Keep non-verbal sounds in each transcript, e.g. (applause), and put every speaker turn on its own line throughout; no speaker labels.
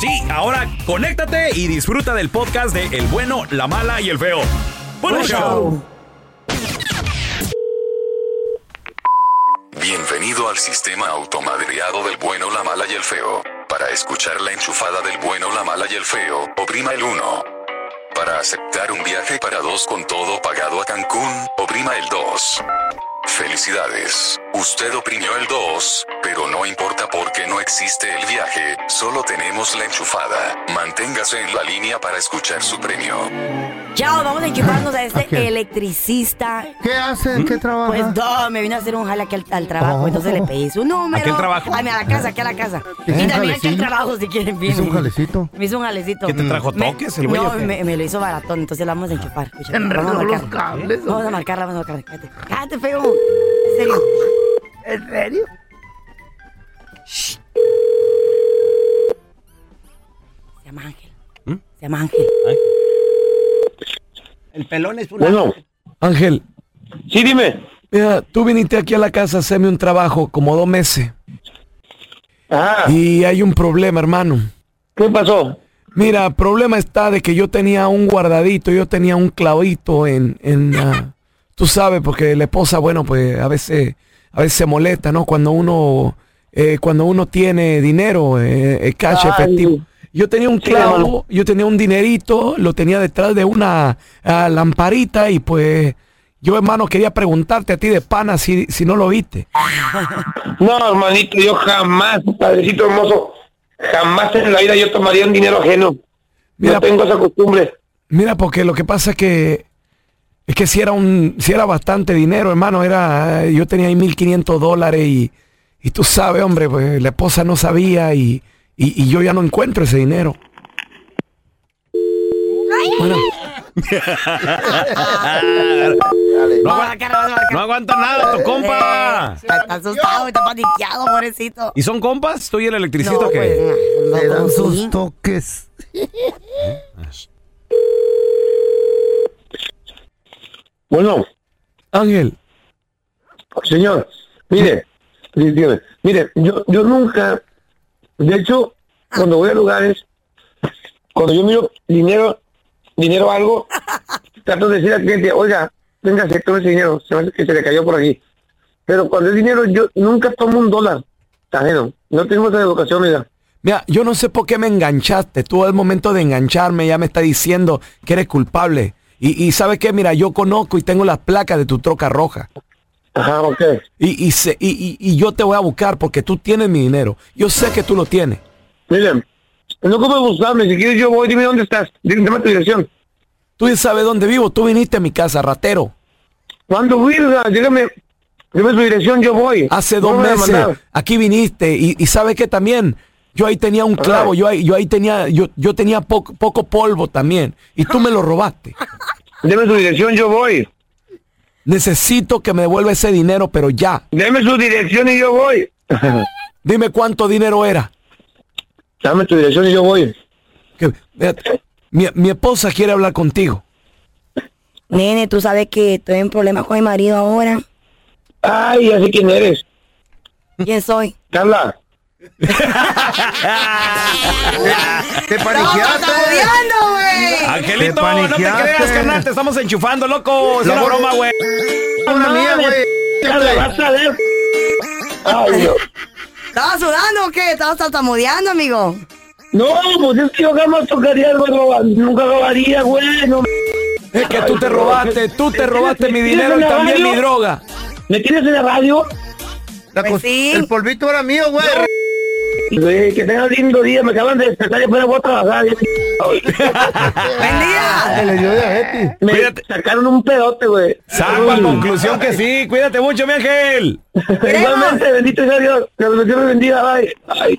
Sí, ahora conéctate y disfruta del podcast de El bueno, la mala y el feo. Buen show.
Bienvenido al sistema automadreado del bueno, la mala y el feo. Para escuchar la enchufada del bueno, la mala y el feo, oprima el 1. Para aceptar un viaje para dos con todo pagado a Cancún, oprima el 2. Felicidades, usted oprimió el 2, pero no importa porque no existe el viaje, solo tenemos la enchufada. Manténgase en la línea para escuchar su premio.
Chao, vamos a enchufarnos a este
¿A qué?
electricista.
¿Qué hace? ¿Qué trabaja?
Pues no, me vino a hacer un jale aquí al, al trabajo,
Oh.
entonces le pedí su número.
¿A qué el trabajo?
A, mí, a la casa, aquí a la casa.
¿Es
Y
un
también aquí al
jalecillo?
trabajo, si quieren,
(laughs)
bien.
Hizo un jalecito.
Me hizo un jalecito.
Mm.
¿Qué te trajo,
Me-
toques, el güey,
No,
o qué?
me, me lo hizo baratón, entonces lo vamos a enchufar. escucha. Vamos
Enredó
a
los
marcar.
cables.
Vamos a marcarla, vamos a marcarla. Cállate, cállate feo. En serio.
¿En serio?
Se llama Ángel. ¿Mm?
¿Mm?
Se llama Ángel.
El pelón es una...
Bueno,
Ángel,
sí, dime.
mira, tú viniste aquí a la casa a hacerme un trabajo como dos meses
Ah,
y hay un problema, hermano.
¿qué pasó?
Mira, el problema está de que yo tenía un guardadito, yo tenía un clavito en, en la- tú sabes, porque la esposa, bueno, pues a veces, a veces se molesta, ¿no? Cuando uno, eh, cuando uno tiene dinero, eh, eh, cash
Ay.
efectivo. Yo tenía un
Sí,
clavo, yo tenía un dinerito, lo tenía detrás de una ah, lamparita y pues yo, hermano, quería preguntarte a ti de pana si, si no lo viste.
No, hermanito, yo jamás, padrecito hermoso, jamás en la vida yo tomaría un dinero ajeno.
Mira,
no tengo esa
(laughs)
costumbre.
Mira, porque lo que pasa es que es que si era un si era bastante dinero, hermano, era eh, yo tenía ahí 1500 dólares y, y tú sabes, hombre, pues la esposa no sabía y, y- y yo ya no encuentro ese dinero. Bueno,
Vamos
No,
a
agua-
marcarla, vamos a marcarla.
no aguanto nada, tu compa.
Eh, Está, está asustado, está paniqueado, pobrecito.
¿Y son compas? ¿Estoy el electricista
No,
o qué?
pues, no,
Le
no,
dan
sí.
sus toques.
Bueno,
Ángel,
señor, mire, sí, dígame, mire, yo, yo nunca, de hecho, cuando voy a lugares, cuando yo miro dinero, dinero
(laughs)
algo, trato de decir al cliente, oiga, venga, tome ese dinero, se me hace que se le cayó por aquí. Pero cuando es dinero, yo nunca tomo un dólar ajeno. No tengo esa educación, mira.
mira, yo no sé por qué me enganchaste. Tú al momento de engancharme ya me está diciendo que eres culpable. Y, y sabes qué, mira, yo conozco y tengo las placas de tu troca roja.
Ajá, ok.
Y, y, sé- y- y- y yo te voy a buscar porque tú tienes mi dinero. Yo sé que tú lo tienes.
Miren, no como buscarme, si quieres yo voy, dime dónde estás, dime dame tu dirección.
Tú ya sabes dónde vivo, tú viniste a mi casa, ratero.
Cuando virga, dígame, dime su dirección, yo voy.
Hace
No
dos
me voy a
meses
mandar.
aquí viniste y, y sabes que también Yo ahí tenía
Ah.
un clavo, yo ahí, yo ahí tenía, yo, yo tenía poco, poco polvo también. Y tú me lo robaste.
Deme su dirección, yo voy.
Necesito que me devuelva ese dinero, pero ya.
Deme su dirección y yo voy.
(laughs) Dime cuánto dinero era.
Dame tu dirección y yo voy.
Que- mira, mi, mi esposa quiere hablar contigo.
Nene, tú sabes que estoy en problemas con mi marido ahora.
Ay, ya sé quién eres.
¿Quién soy?
(laughs)
Carla.
Ah,
Te paniqueaste.
güey!
Angelito,
Te
no te
paniqueaste.
creas, carnal, te estamos enchufando, loco. Es
La
una
borra-
broma, güey.
Una mía, güey.
Carla, vas a ver. Ay, no.
¿Estaba sudando o qué? ¿Estabas tartamudeando, amigo?
No, pues es que yo jamás tocaría algo, roba- nunca robaría, güey. No,
Es que tú te
Ay,
robaste,
no.
tú te robaste mi
¿Tienes
dinero y
una
también
radio?
mi droga.
¿Me tienes en la radio?
La
Pues
cos-
sí.
El polvito era mío, güey.
Eh, que tengas lindo día, me acaban de despertar y apenas voy a trabajar. Ay,
(laughs) ¡Buen
(laughs)
día!
Se le dio diabetes.
Me
Cuídate.
sacaron un pedote, güey. Mm.
Saco a
Uy.
conclusión que sí. Cuídate mucho, mi ángel.
Igualmente, bendito sea Dios. Que la bendición me bendiga, bye. Ay.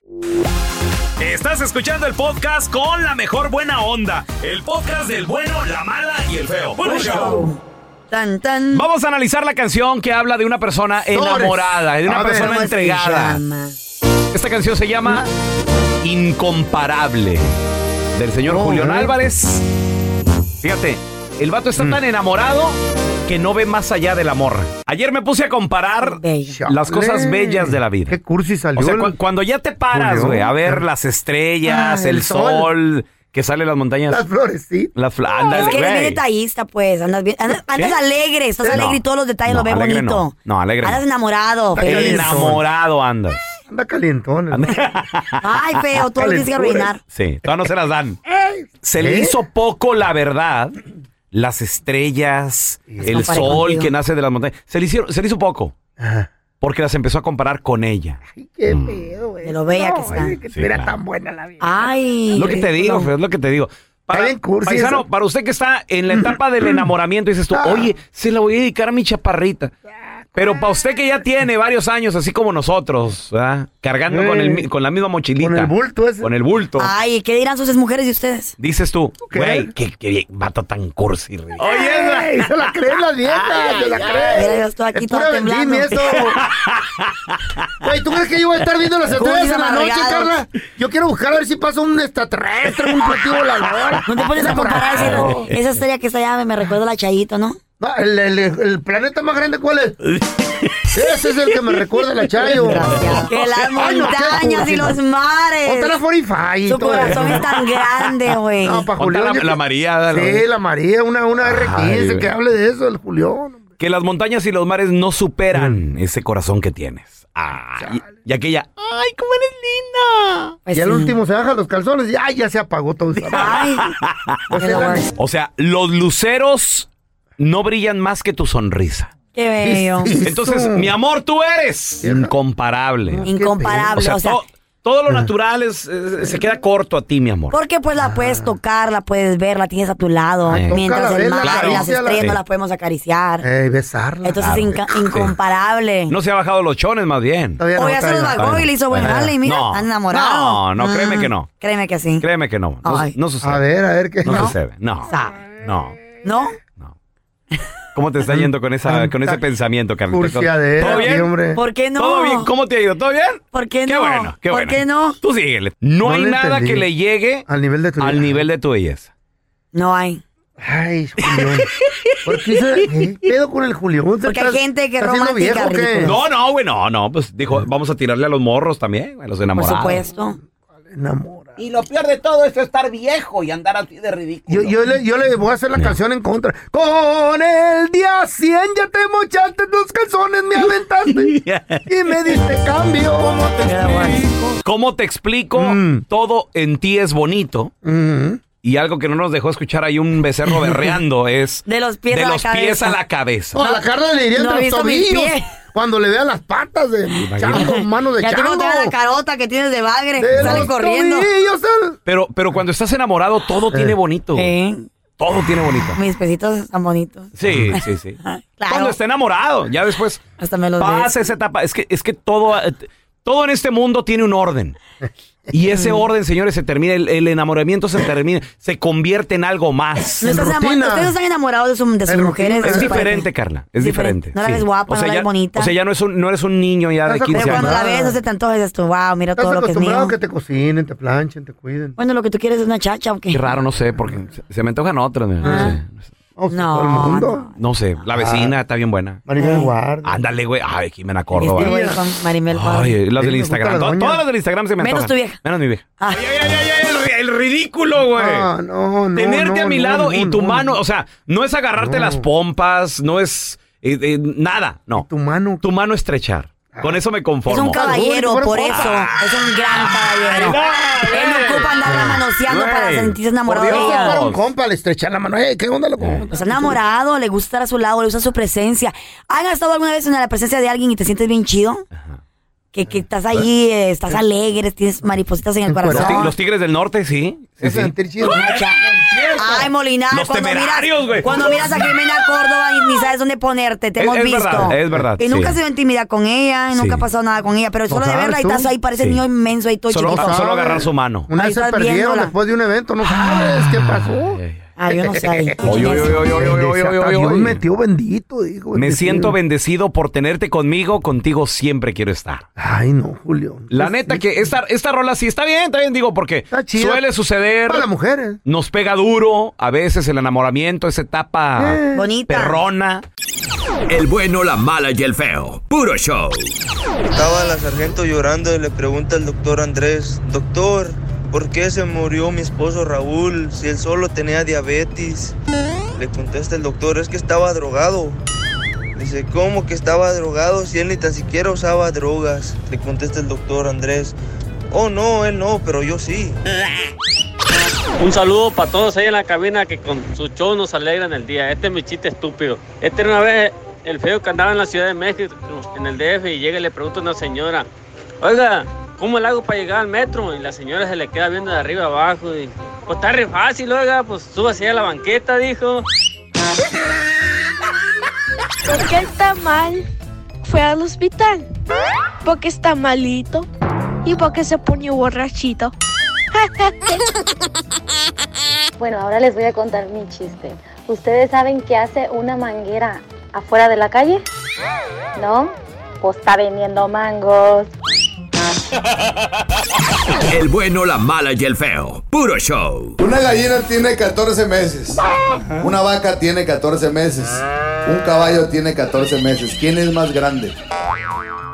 Estás escuchando el podcast con la mejor buena onda. El podcast del bueno, la mala y el feo. Bueno, show.
Tan, tan.
Vamos a analizar la canción que habla de una persona enamorada, de una
A ver.
persona
¿Cómo se
entregada.
llama?
Esta canción se llama Incomparable, del señor
Oh,
Julián
eh. Mm.
Álvarez. Fíjate, el vato está tan enamorado que no ve más allá del amor. Ayer me puse a comparar
Bella.
las cosas
Chale.
bellas de la vida.
Qué cursi salió.
O sea,
el-
cu- cuando ya te paras,
Julián.
güey, a ver las estrellas,
Ah,
el,
el
sol,
sol.
que sale de las montañas.
Las flores, sí.
Las fla- ándale,
Es que eres bien
güey.
detallista, pues. Andas, bien, andas, andas
¿Qué?
alegre, estás
No.
alegre y todos los detalles
No,
los ves
alegre no.
bonito.
No, alegre
Andas
no.
enamorado, feo.
Eso.
Enamorado andas.
Anda calentón. el-
Ay, feo, tú lo tienes que
Calenturas.
arruinar.
Sí, todavía no se las dan. Se le
¿Eh?
hizo poco, la verdad, las estrellas, el
comparé
sol
contigo.
que nace de las montañas. Se le, hicieron, se le hizo poco,
Ajá.
porque las empezó a comparar con ella.
Ay, qué pedo, güey.
De lo bella que está.
ay, que
Mm. Sí,
era
claro.
tan buena la vida.
Ay.
Lo que te digo,
ridículo.
Fred, es lo que te digo. Para,
Está bien cursi
paisano,
eso. Ah.
para usted que está en la etapa del enamoramiento, dices tú, oye, se la voy a dedicar a mi chaparrita. Pero para usted que ya tiene varios años, así como nosotros, ¿verdad? cargando con, el mi- con la misma mochilita.
Con el bulto ese.
Con el bulto.
Ay, ¿qué dirán sus mujeres y ustedes?
Dices tú,
¿Qué?
güey, qué, qué vato tan cursi. ridículo".
Oh, Oye, se la creen las viejas, se la
Mira, yo
creen.
estoy aquí
Es
toda
pura vendimia
temblando.
esto.
(laughs)
Güey, ¿tú crees que yo voy a estar viendo las estrellas
Uy,
en la noche,
amargados.
Carla? Yo quiero buscar a ver si pasa un extraterrestre, un platillo volador.
No te pones a comparar si
No,
esa estrella que está allá me- me recuerda a la Chayito, ¿no?
No, el, el- el planeta más grande, ¿cuál es? Ese es el que me recuerda a la Chayo.
Que las
Ay, no, qué
montañas y
cursi,
los
no. Ponte la
mares.
45 y
Su
todo
corazón
eso.
es tan grande, güey.
No, pa'
Ponte
Julián.
la-
yo
la
que-
María, dale.
Sí, la María, una, una
Ay,
R15
güey.
que hable de eso, el Julián. hombre. Mm.
Que las montañas y los mares no superan ese corazón que tienes. Ah, y, y aquella, ¡ay, cómo eres linda!
Pues
y al
sí.
último se baja los calzones y ay, ya se apagó todo. eso.
(laughs) Ay,
Pues
de
es
lo
la-
worst.
O sea, los luceros no brillan más que tu sonrisa.
qué bello.
(laughs) Entonces, mi amor, tú eres incomparable.
Incomparable. O sea,
to- Todo
Ah.
lo natural es- es- se queda corto a ti, mi amor.
Porque pues la puedes tocar, la puedes ver, la tienes a tu lado.
Ay.
Mientras
Tócala,
el mar
vela,
y las
acaríciala.
estrellas no
Sí.
las podemos acariciar.
Ey, besarla.
Entonces es inca- incomparable.
No se ha bajado los chones, más bien.
Todavía no,
Hoy ya se los
todavía no.
bajó y le hizo buen
Bueno.
jale y mira,
No.
están enamorados.
No,
Mm.
no, créeme que no.
Créeme que sí.
Créeme que no. No,
Ay.
no
A
sucede.
ver, a ver qué.
No,
No.
sucede. No.
Sabe.
No.
¿No?
¿Cómo te está yendo con, esa, con ese pensamiento, Carlita?
Cursiadera,
¿Todo
sí,
bien?
hombre.
¿Por qué no?
¿Todo bien? ¿Cómo te ha ido? ¿Todo bien?
¿Por qué no?
Qué bueno, qué
¿Por
bueno.
qué no?
Tú síguele. No,
No
hay
le
nada
entendí.
que le llegue
Al nivel de tu
al
vida.
nivel de tu belleza.
No hay.
Ay, Julián. ¿Por qué
(laughs)
se... ¿Qué pedo con el Julián? ¿Te
Porque hay
estás-
gente que es
estás haciendo
romántica,
viejo o qué?
ridículo.
No, no, güey, no, no. Pues dijo, vamos a tirarle a los morros también, a los
Por
enamorados.
supuesto.
Enamora.
Y lo peor de todo es estar viejo y andar así de ridículo.
Yo, yo, le, yo le voy a hacer la canción en contra. Con el día 100 ya te mochaste los calzones, me aventaste y me diste cambio. ¿Cómo te
¿Cómo te explico?
Mm.
Todo en ti es bonito. Y algo que no nos dejó escuchar ahí un becerro
(laughs)
berreando es...
De los pies
de
a la
los pies
cabeza.
a la cabeza.
a la Carla le diría
no
entre
he
los
visto mis
tobillos
pies.
cuando le vea las patas de chango, manos de
ya tú
chango.
no te das la carota que tienes de bagre.
De
Sale
los
corriendo.
tobillos, el-
Pero, pero cuando estás enamorado, todo tiene bonito.
¿Eh?
Todo tiene bonito.
Mis pesitos están bonitos.
Sí, sí, sí.
Claro.
Cuando está enamorado, ya después
Hasta me los
pasa esa etapa. Es que, es que todo, eh, todo en este mundo tiene un orden. Y
Mm.
ese orden, señores, se termina, el, el enamoramiento se termina, se convierte en algo más.
No estás
rutina.
enamorado, ustedes no están enamorados de, su- de sus
En
mujeres. de
Es
sus
diferente,
parejas.
Carla. Es diferente.
No la
sí.
ves guapa, no la
ya-
ves bonita.
O sea, ya no, es un, no eres un niño ya de
Estás
15
Pero cuando
años.
la ves, no se te antoja y dices tú, wow, mira
Estás
todo lo que es
acostumbrado
mío.
a que te cocinen, te planchen, te cuiden.
Bueno, lo que tú quieres es una chacha, ¿o qué?
Qué raro, no sé, porque se- se me antojan otras. No,
Ah.
sé,
O sea,
No,
Oh, todo el mundo.
no. Este
no sé, la vecina está bien buena.
Maribel Ah. Guardia.
Ándale, güey. Ay, Jimena
Este
Córdoba.
güey con Maribel Guardia.
Ay, las
Sí,
del
me
Instagram.
gusta la
to-
doña.
Todas las del Instagram se me
Menos
antojan.
tu vieja.
Menos mi vieja.
Ah.
Ay, ay, ay, ay, el, el ridículo, güey.
Ah, no, no,
Tenerte
no,
a mi
no,
lado
no,
y tu
no,
mano,
no.
o sea, no es agarrarte
No.
las pompas, no es eh, eh, nada, no.
Tu mano. Ah.
Tu mano estrechar. Con eso me
Es
conformo.
un caballero,
Uy,
por
por
eso. Ah. Es un gran caballero.
Ah, no,
Él
güey.
no ocupa andarla manoseando
Güey.
para sentirse enamorado
Por
de
Yo
Dios.
ella.
para un compa le estrechar la mano. Eh, ¿Qué onda, loco?
Está enamorado, le gusta estar a su lado, le usa su presencia. ¿Han estado alguna vez en la presencia de alguien y te sientes bien chido? Que, que estás ahí, eh, estás alegre, tienes maripositas en el
Los, ti-
corazón.
Pues, los tigres del norte, sí. sí,
Es
sí.
sentir chido.
Ay, Molina,
Los
cuando miras,
temerarios, güey.
cuando miras a Jimena Córdoba y ni sabes dónde ponerte, te
Es-
hemos
es
visto.
verdad, es verdad,
Y nunca
sí.
has tenido intimidad con ella, y
Sí.
nunca ha pasado nada con ella, pero solo de
sabes
verla y
tú?
estás ahí, parece
Sí.
niño inmenso ahí todo
Solo,
chiquito.
sabes.
solo agarrar su mano.
Una
Ahí
vez se
estás
perdieron
viéndola.
después de un evento, no sabes qué pasó.
Ay, yo no sé. ahí.
(laughs) Oye, oye, oye, oye, oye, oye, oye,
Dios
oye.
metió bendito, digo.
Me siento bendecido por tenerte conmigo, contigo siempre quiero estar.
Ay, no, Julio.
La neta que esta, esta rola sí está bien, está bien, digo, porque
Está chida.
suele suceder.
Para las mujeres.
Nos pega duro, a veces el enamoramiento, esa etapa
Eh.
Bonita.
perrona.
El bueno, la mala y el feo. Puro show.
Estaba la sargento llorando y le pregunta al doctor Andrés, doctor, ¿por qué se murió mi esposo Raúl si él solo tenía diabetes? Le contesta el doctor, es que estaba drogado. Dice, ¿cómo que estaba drogado si él ni tan siquiera usaba drogas? Le contesta el doctor Andrés, oh no, él no, pero yo sí.
Un saludo para todos ahí en la cabina que con su show nos alegran el día. Este es mi chiste estúpido. Este era una vez el feo que andaba en la Ciudad de México, en el DF, y llega y le pregunta a una señora, oiga, ¿cómo le hago para llegar al metro? Y la señora se le queda viendo de arriba abajo y, pues está re fácil, oiga, pues súbase ahí a la banqueta, dijo.
Porque el tamal fue al hospital. Porque está malito. Y porque se pone borrachito. (laughs) bueno, ahora les voy a contar mi chiste. ¿Ustedes saben qué hace una manguera afuera de la calle? ¿No? Pues está vendiendo mangos.
El bueno, la mala y el feo. Puro show.
Una gallina tiene 14 meses. Una vaca tiene 14 meses. Un caballo tiene 14 meses. ¿Quién es más grande?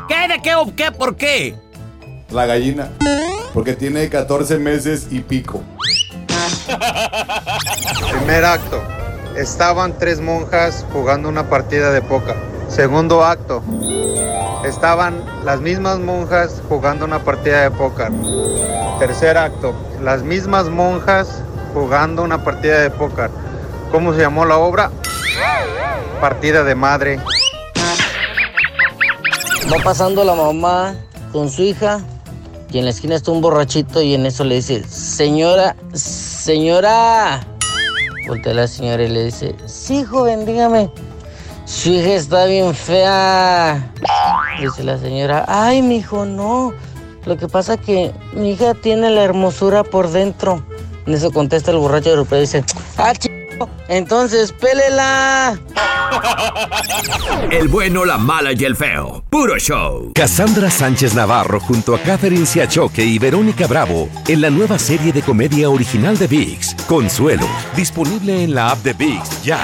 ¿Qué? ¿De qué? o ¿Qué? ¿Por qué?
La gallina. Porque tiene 14 meses y pico.
Primer acto. Estaban tres monjas jugando una partida de poca. Segundo acto. Estaban las mismas monjas jugando una partida de póker. Tercer acto. Las mismas monjas jugando una partida de póker. ¿Cómo se llamó la obra? Partida de madre.
Va pasando la mamá con su hija
Y en la esquina está un borrachito y en eso le dice, señora, señora. Voltea la señora y le dice, sí, joven, dígame. Su hija está bien fea. Dice la señora, ay, mijo, no. Lo que pasa que mi hija tiene la hermosura por dentro. En eso contesta el borracho europeo y dice, ah, chico, entonces pélela.
El bueno, la mala y el feo. Puro show.
Cassandra Sánchez Navarro junto a Catherine Siachoque y Verónica Bravo en la nueva serie de comedia original de VIX, Consuelo, disponible en la app de VIX ya.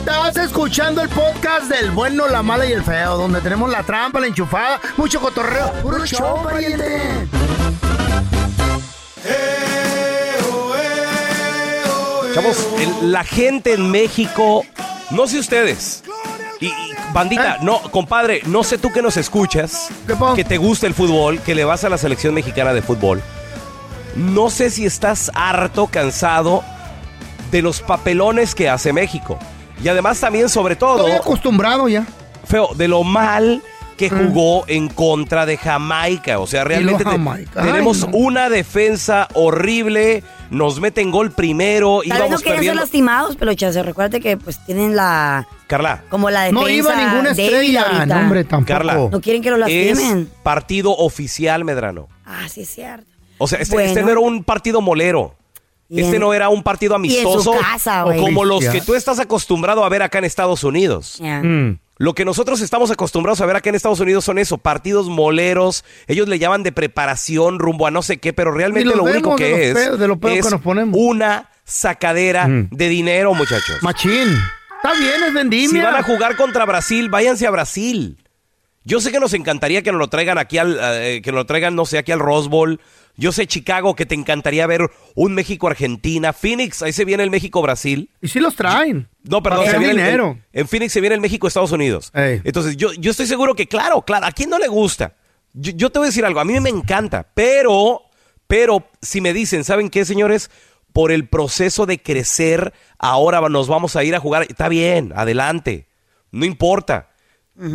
Estás escuchando el podcast del bueno, la mala y el feo, donde tenemos la trampa, la enchufada, mucho cotorreo. ¡Puro show, pariente!
Chavos, el- la gente en México, no sé ustedes. Y, y,
Eh.
bandita, no, compadre, no sé tú que nos escuchas, que te gusta el fútbol, que le vas a la selección mexicana de fútbol. No sé si estás harto, cansado de los papelones que hace México. Y además también, sobre todo,
Estoy acostumbrado ya. Mm.
feo, de lo mal que jugó en contra de Jamaica. O sea, realmente te-
Jamaica. Ay,
tenemos
no.
una defensa horrible, nos meten gol primero,
Tal vez no
íbamos
quieren ser
perdiendo.
lastimados, pero chazo, recuérdate que pues tienen la
Carla.
como la defensa
No iba ninguna
débil
estrella.
ahorita.
No, hombre, tampoco.
Carla.
No quieren que lo lastimen.
Es partido oficial, Medrano.
Ah, sí es cierto.
O sea, este,
Bueno.
este no era un partido molero.
Y
Este
en-
no era un partido
y en su
amistoso
casa,
o
güey.
como los
Ya.
que tú estás acostumbrado a ver acá en Estados Unidos.
Ya.
Mm.
Lo que nosotros estamos acostumbrados a ver acá en Estados Unidos son eso, partidos moleros, ellos le llaman de preparación rumbo a no sé qué, pero realmente
los
lo único
vemos, de
que
lo
es
feo- de lo peor que
es
nos
una sacadera de dinero, muchachos.
Machín. Está bien, es vendimia.
Si van a jugar contra Brasil, váyanse a Brasil. Yo sé que nos encantaría que nos lo traigan aquí al, eh, que nos lo traigan, no sé, aquí al Rose Bowl. Yo sé, Chicago, que te encantaría ver un México-Argentina. Phoenix, ahí se viene el México-Brasil.
Y sí los traen.
No, perdón,
Para
se
ganar
viene el-
dinero.
el- en Phoenix se viene el México-Estados Unidos. Entonces, yo, yo estoy seguro que, claro, claro, ¿a quién no le gusta? Yo, yo te voy a decir algo, a mí me encanta, pero, pero, si me dicen, ¿saben qué, señores? Por el proceso de crecer, ahora nos vamos a ir a jugar. Está bien, adelante, no importa.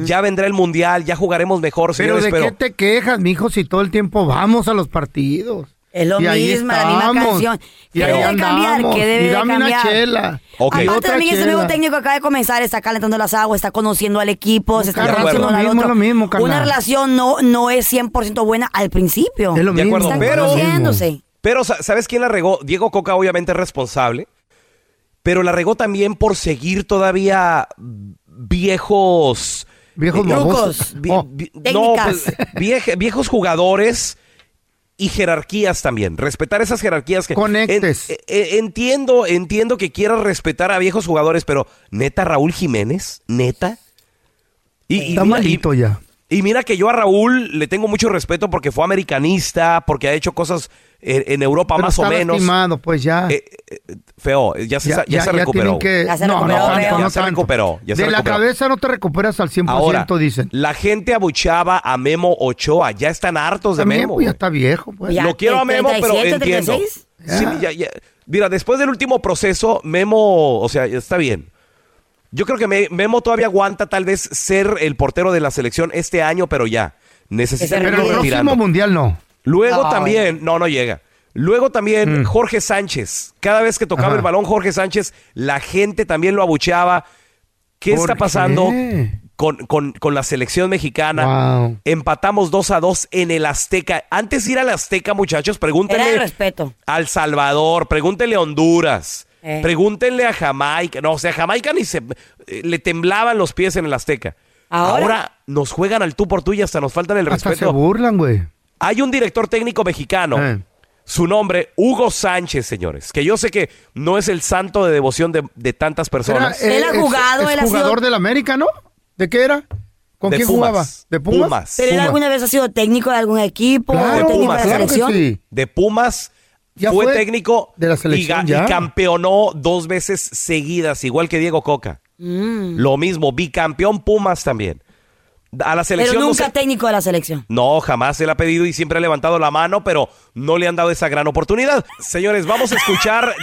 Ya vendrá el mundial, ya jugaremos mejor,
Pero
señores,
¿de
pero
qué te quejas, mijo, si todo el tiempo vamos a los partidos?
Es lo
Y ahí
mismo, la misma
estamos.
canción.
Y
¿Qué debe
ahí
de cambiar?
andamos.
¿Qué
Y
debe de
dame
cambiar?
una chela.
Ok.
Y
Aparte
otra
también ese
chela.
nuevo técnico acaba de comenzar, está calentando las aguas, está conociendo al equipo, se está
Carla,
conociendo
es lo
al
mismo,
otro.
es lo mismo, Carla.
Una relación no, no es 100% buena al principio.
Es lo De mismo, acuerdo,
Están
pero-
conociéndose.
Pero, sa- ¿sabes quién la regó? Diego Coca obviamente es responsable, pero la regó también por seguir todavía viejos...
Viejos babosos.
vi- vi- no, pues, (laughs) vieje- viejos jugadores y jerarquías también. Respetar esas jerarquías que... Conectes. entiendo, entiendo que quieras respetar a viejos jugadores, pero ¿neta Raúl Jiménez? ¿Neta? Y, y
Está
mira, y-
malito ya.
y mira que yo a Raúl le tengo mucho respeto porque fue americanista, porque ha hecho cosas en, en Europa
Pero
más o
está
menos. Eh,
lastimado, pues ya.
Feo, ya se,
Ya-
sa- ya
ya-
se
ya
recuperó.
tienen que- Ya se no, recuperó, no,
ya,
Feo.
ya
no
se
tanto.
recuperó. ya se
de la
recuperó.
cabeza no te recuperas al 100%,
Ahora,
dicen.
la gente abuchaba a Memo Ochoa. Ya están hartos de
También,
Memo.
pues, ya
güey.
está viejo. Pues.
Lo quiero a Memo, pero entiendo. Sí,
Ah.
ya- ya. Mira, después del último proceso, Memo, o sea, está bien. Yo creo que Me- Memo todavía aguanta tal vez ser el portero de la selección este año, pero ya. Necesita
Pero el
irlo
próximo
retirando.
mundial no.
Luego
No,
también, no, no llega. Luego también Jorge Sánchez. Cada vez que tocaba
Mm. Ajá.
el balón Jorge Sánchez, la gente también lo abucheaba. ¿Qué
¿Por
está pasando?
qué?
con, con- con la selección mexicana.
Wow.
Empatamos 2 a 2 en el Azteca. Antes de ir al Azteca, muchachos,
Era de
pregúntenle
respeto.
al Salvador, pregúntenle a Honduras,
Eh.
pregúntenle a Jamaica. No, o sea, Jamaica ni se eh, le temblaban los pies en el Azteca.
¿Ahora?
Ahora, nos juegan al tú por tú y hasta nos faltan el
Hasta se
respeto.
burlan, güey.
Hay un director técnico mexicano.
Eh.
Su nombre, Hugo Sánchez, señores. Que yo sé que no es el santo de devoción de, de tantas personas.
Era, eh, es- es jugador del América, ¿no? ¿De qué era? ¿Con
De
quién
Pumas.
jugaba? ¿De Pumas?
Pumas.
Pero él
Pumas.
alguna vez ha sido técnico de algún equipo,
de
técnico
Pumas,
de la selección.
De Pumas
Ya
fue,
fue
técnico
de la
y,
selección,
ga-
ya.
y campeonó dos veces seguidas, igual que Diego Coca.
Mm.
Lo mismo, bicampeón Pumas también. A la
Pero
selección no
nunca
se-
técnico de la selección.
No, jamás se le ha pedido y siempre ha levantado la mano, pero no le han dado esa gran oportunidad. Señores, vamos a
(laughs)
escuchar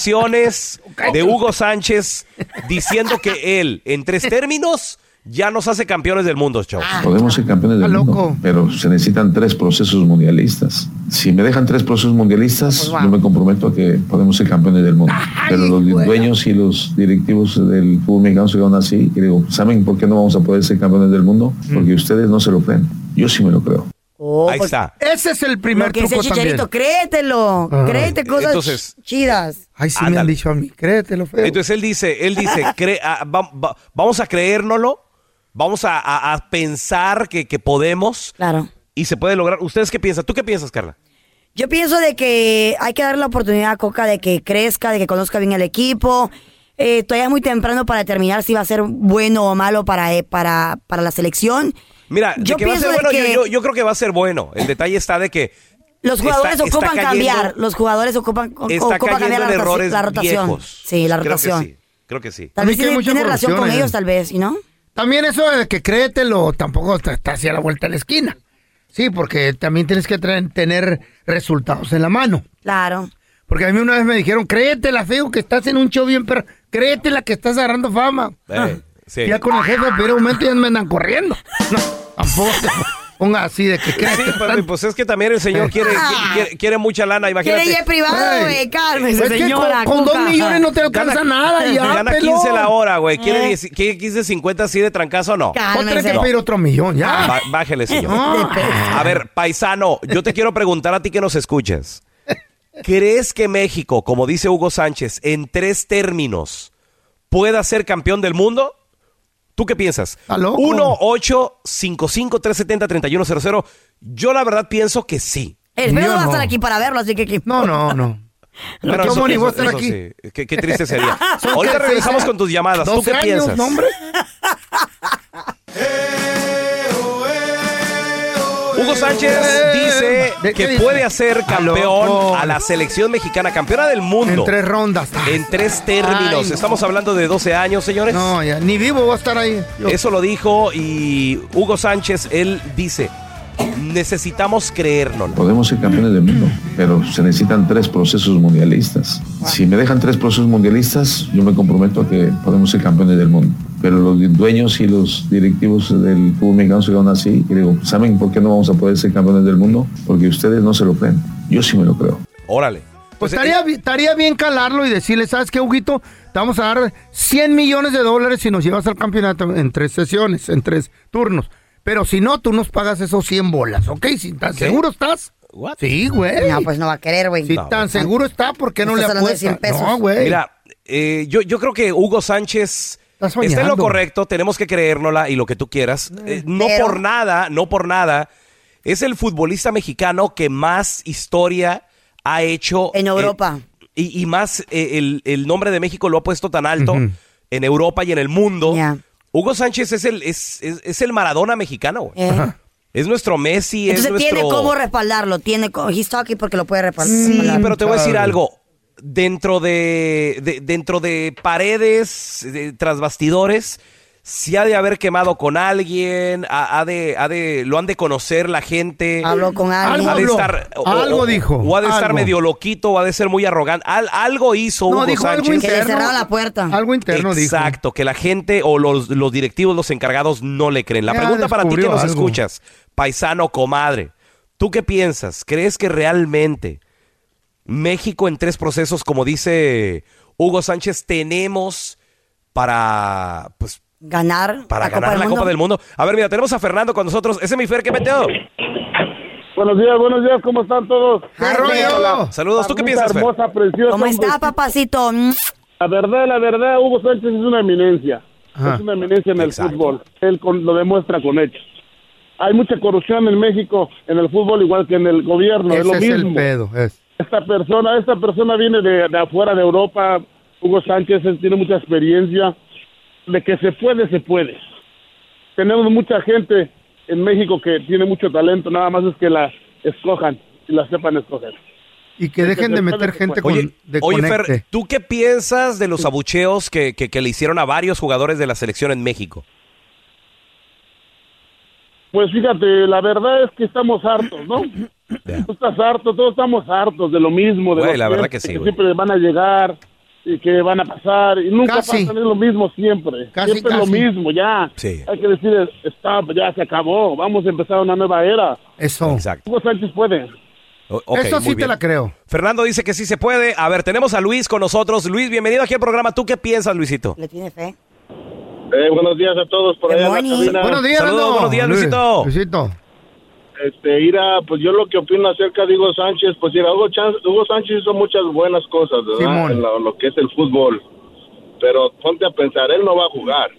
declaraciones de Hugo Sánchez diciendo que él, en tres términos, ya nos hace campeones del mundo, chao.
Podemos ser campeones del mundo, pero se necesitan tres procesos mundialistas. Si me dejan tres procesos mundialistas, yo me comprometo a que podemos ser campeones del mundo. pero los dueños y los directivos del fútbol mexicano se quedan así y digo, ¿saben por qué no vamos a poder ser campeones del mundo? Porque ustedes no se lo creen. Yo sí me lo creo.
Ahí está.
Ese es el primer
Lo que dice
truco
Chicharito,
también.
créetelo.
Ajá.
Créete cosas
Entonces-
chidas.
Ay, sí me han dicho a mí, créetelo, feo.
Entonces él dice, él
(laughs)
dice, cre- ah, va- va- vamos a creérnoslo, vamos a, a- a pensar que, que podemos.
Claro.
Y se puede lograr. ¿Ustedes qué piensan? ¿Tú qué piensas, Carla?
Yo pienso de que hay que darle la oportunidad a Coca de que crezca, de que conozca bien el equipo. Eh, todavía es muy temprano para determinar si va a ser bueno o malo para, eh, para, para la selección.
Mira, de
Yo
que va a ser
pienso de
bueno, yo-
que-
yo, yo creo que va a ser bueno. El detalle está de que
Los jugadores
está- está
ocupan
cayendo-
cambiar. Los jugadores ocupan, o-
Está
ocupan
cayendo
cambiar la,
en
rotaci-
errores
la rotación.
viejos.
Sí, la
Creo que
rotación.
sí, Creo que sí.
Tal vez
que hay
tiene,
mucha
tiene relación
corrupción eh.
con
en
ellos,
el-
tal vez, ¿y no?
También eso de que créetelo tampoco está, está así a la vuelta de la esquina. Sí, porque también tienes que tra- tener resultados en la mano.
Claro.
Porque a mí una vez me dijeron, créetela, feo, que estás en un show bien, pero créetela que estás agarrando fama.
Ah.
Eh, sí.
Ya con el jefe pero aumento ya me andan corriendo. No, tampoco te ponga así de que
Sí,
créetela.
papi, pues es que también el señor
(laughs)
quiere, quiere, quiere mucha lana, imagínate.
Ah. Quiere jet privado, güey, cálmese,
Es que
señora,
con- con dos
Coca.
millones no te alcanza
Gana-
nada, ya,
Gana
pelón.
15 la hora, güey. ¿Quiere,
Eh.
10 quiere 15, 50 así de trancazo o no? Ah,
Otra hay que pedir otro millón, ya.
Ba- bájele, señor. A ver, paisano, yo te quiero preguntar a ti que nos escuchas. ¿Crees que México, como dice Hugo Sánchez, en tres términos pueda ser campeón del mundo? ¿Tú qué piensas? 1 8 370 3100 Yo la verdad pienso que sí.
El Pedro Eh, va a estar aquí para verlo, así que...
No, no,
(laughs)
no.
Pero
Pero
eso-
¿cómo ni
eso-
voy a estar
eso
aquí?
sí. Qué, qué triste sería.
(laughs) Son
Ahorita
casi
regresamos
ya
con tus llamadas. ¿Tú
12
qué
años,
piensas?
¿no, hombre?
(laughs) Hugo Sánchez dice que puede hacer campeón a la selección mexicana, campeona del mundo.
En tres rondas.
En tres términos.
Ay, no.
Estamos hablando de 12 años, señores.
No, ya, ni vivo voy a estar ahí.
Eso lo dijo y Hugo Sánchez, él dice, necesitamos creérnoslo.
Podemos ser campeones del mundo, pero se necesitan tres procesos mundialistas. Si me dejan tres procesos mundialistas, yo me comprometo a que podemos ser campeones del mundo. Pero los dueños y los directivos del fútbol mexicano se quedan así y digo, ¿saben por qué no vamos a poder ser campeones del mundo? Porque ustedes no se lo creen. Yo sí me lo creo.
Órale. eh,
Pues estaría, bi- estaría bien calarlo y decirle, ¿sabes qué, Huguito? Te vamos a dar 100 millones de dólares si nos llevas al campeonato en tres sesiones, en tres turnos. Pero si no, tú nos pagas esos 100 bolas, ¿ok? Si tan seguro estás. Sí, güey.
No, pues no va a querer, güey.
Si tan seguro está, ¿por qué no le
Estás hablando de 100
apuestas? No, güey.
Mira, eh, yo, yo creo que Hugo Sánchez está, en
soñando.
lo correcto, tenemos que creérnosla y lo que tú quieras.
Mm.
Eh, no
Pero-
por nada, no por nada. Es el futbolista mexicano que más historia ha hecho. En
Europa.
y, y más eh, el, el nombre de México lo ha puesto tan alto en Europa y en el mundo. Hugo Sánchez es el, es, es- es el Maradona mexicano, güey.
Ajá.
Es nuestro Messi, es
Eh. Entonces
nuestro...
tiene cómo respaldarlo. Tiene, co- he's talking porque lo puede respaldar.
Sí, pero te voy a decir algo. Dentro de, de- dentro de paredes, de, tras bastidores, si ha de haber quemado con alguien, ha, ha de, ha de- lo han de conocer la gente.
Habló con alguien.
Algo
Ha de
habló,
estar-
algo dijo,
O ha de estar
algo.
medio loquito, o ha de ser muy arrogante. Al- algo hizo
No,
Hugo
dijo
Sánchez.
algo
Que le cerraba la puerta.
Algo interno dijo.
Exacto, que la gente o los, los directivos, los encargados no le creen. La
Ya
pregunta para ti que
descubrió
nos
algo.
escuchas, paisano comadre, ¿tú qué piensas? ¿Crees que realmente México en tres procesos, como dice Hugo Sánchez, tenemos para pues,
ganar
para ganar la Copa del Mundo. A ver, mira, tenemos a Fernando con nosotros. Ese es mi Fer, ¿qué meteo?
Buenos días, buenos días, ¿cómo están todos?
Hola. Saludos, ¿tú qué piensas, Fer?
hermosa, preciosa.
¿Cómo está, papacito?
La verdad, la verdad, Hugo Sánchez es una eminencia.
Ajá.
Es una eminencia en el fútbol. Él con- lo demuestra con hechos. Hay mucha corrupción en México, en el fútbol, igual que en el gobierno. es lo
Ese es el
mismo.
pedo. es.
Esta persona, esta persona viene de, de afuera de Europa. Hugo Sánchez él tiene mucha experiencia. De que se puede, se puede. Tenemos mucha gente en México que tiene mucho talento, nada más es que la escojan y la sepan escoger.
Y que dejen de meter gente con,
Oye,
de
oye,
conecte.
Fer, ¿tú qué piensas de los abucheos que, que- que le hicieron a varios jugadores de la selección en México?
Pues fíjate, la verdad es que estamos hartos, ¿no? Tú estás harto, todos estamos hartos de lo mismo, de
Güey,
los
la verdad
clientes
que sí, güey.
siempre van a llegar y que van a pasar y nunca
Casi.
pasan es lo mismo siempre.
Casi,
siempre es
casi.
lo mismo, ya.
Sí.
Hay que decir, stop, ya se acabó, vamos a empezar una nueva era.
Eso.
Hugo Sánchez puede.
O- ok,
Eso sí
muy
te
bien.
la
creo.
Fernando dice que sí se puede. A ver, tenemos a Luis con nosotros. Luis, bienvenido aquí al programa. ¿Tú qué piensas, Luisito?
¿Le tiene fe?
Eh, buenos días a todos por allá. en la cabina.
Buenos días, Nando. Luisito.
Este, mira, pues yo lo que opino acerca de Hugo Sánchez, pues mira, Hugo, Chan- Hugo Sánchez hizo muchas buenas cosas, ¿verdad?
Simón.
En lo, lo que es el fútbol. Pero ponte a pensar, él no va a jugar.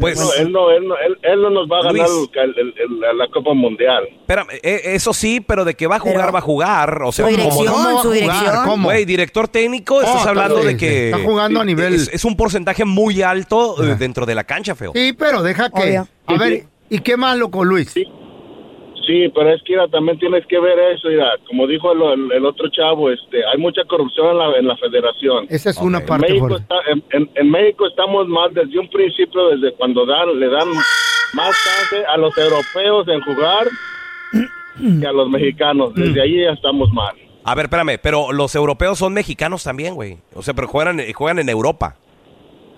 Pues-
No, él, no, él, no, él, él no nos va a ganar
Luis.
el- el- el- la Copa Mundial.
Espérame, eh, eso sí, pero de que va a jugar, va a jugar. O sea,
Su
como-
dirección,
¿Cómo va a
su
jugar?
dirección.
¿Cómo? Güey, director técnico, estás
está-
hablando de
sí,
que.
está jugando a nivel-
Es, es un porcentaje muy alto eh, dentro de la cancha, feo.
Sí, pero deja que. A ver, ¿y qué más, loco, Luis?
Sí, pero es que mira, también tienes que ver eso, mira, como dijo el, el- el otro chavo, este, hay mucha corrupción en la, en la federación.
Esa es una parte
En México,
fuerte.
está- en, en- en México estamos mal desde un principio, desde cuando dan, le dan más chance a los europeos en jugar que a los mexicanos. Desde ahí ya estamos mal.
A ver, espérame, pero los europeos son mexicanos también, güey. O sea, pero juegan, eh, juegan en Europa.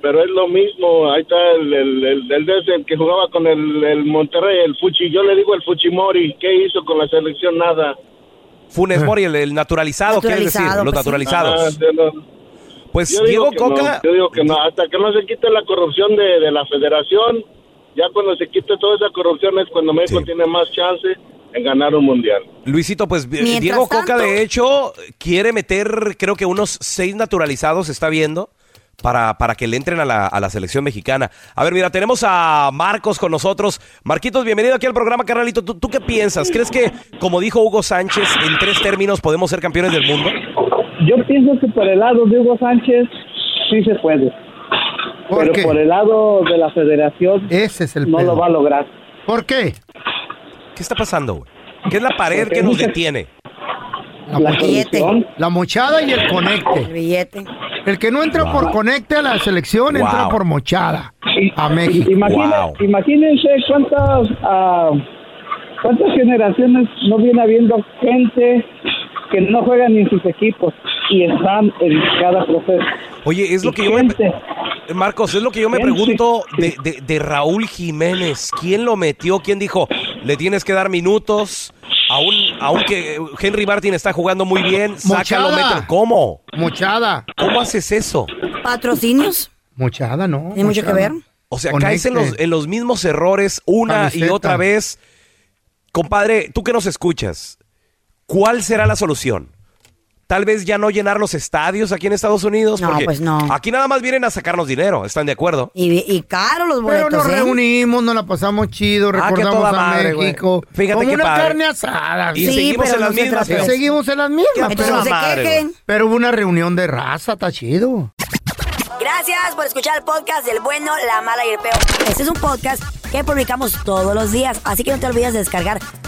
Pero es lo mismo, ahí está el, el, el, el de ese que jugaba con el, el Monterrey, el Fuchi, yo le digo el Fuchimori, ¿qué hizo con la selección? Nada.
Funes Mori, el, el naturalizado, quieres decir,
Naturalizado,
los
pues sí. Ajá,
naturalizados.
yo no-
Pues
Yo digo
Diego
que
Coca,
no, yo digo que no, hasta que no se quite la corrupción de, de la federación, ya cuando se quite toda esa corrupción es cuando México tiene más chance en ganar un mundial.
Luisito, pues
Mientras
Diego Coca,
tanto-
de hecho, quiere meter, creo que unos seis naturalizados, está viendo, para, para que le entren a la, a la selección mexicana. A ver, mira, tenemos a Marcos con nosotros. Marquitos, bienvenido aquí al programa, carnalito. ¿Tú, tú qué piensas? ¿Crees que, como dijo Hugo Sánchez, en tres términos podemos ser campeones del mundo?
Yo pienso que por el lado de Hugo Sánchez sí se puede. pero por el lado de la federación no
pedo.
lo va a lograr.
¿Por qué?
¿Qué está pasando, güey? ¿Qué es la pared
Porque
que nos
muchas-
detiene?
La, La mochada y el conecte. El
billete.
El que no entra por conecte a la selección, entra
Wow.
por mochada a México.
Imagina- Imagínense cuántas ah, cuántas generaciones no viene habiendo gente que no juega ni en sus equipos y están en cada proceso.
Oye, es lo que yo me... Eh, Marcos, es lo que yo me
Gente,
pregunto de, de- de Raúl Jiménez. ¿Quién lo metió? ¿Quién dijo, le tienes que dar minutos? Aún, aunque Henry Martin está jugando muy bien, sácalo,
Mochada.
mételo. ¿Cómo?
Mochada.
¿Cómo haces eso?
¿Patrocinios?
Mochada, ¿no?
¿Tiene mucho que
mochada.
ver?
O sea,
Conecte.
caes en los, en los mismos errores una y
Camiseta.
otra vez. Compadre, tú que nos escuchas, ¿cuál será la solución? Tal vez ya no llenar los estadios aquí en Estados Unidos.
No,
porque
pues no.
Aquí nada más vienen a sacarnos dinero, ¿están de acuerdo?
Y, y caro los
Pero
boletos,
nos
¿eh?
reunimos, nos la pasamos chido,
Ah, que
recordamos
toda
a
madre, güey.
México.
Fíjate
Como
qué
una
padre.
carne asada.
Y Sí, seguimos pero en las no se mismas, trata.
Y seguimos en las mismas.
Qué Entonces no se madre, quejen. güey.
Pero hubo una reunión de raza, está chido.
Gracias por escuchar el podcast del bueno, la mala y el peor. Este es un podcast que publicamos todos los días, así que no te olvides de descargar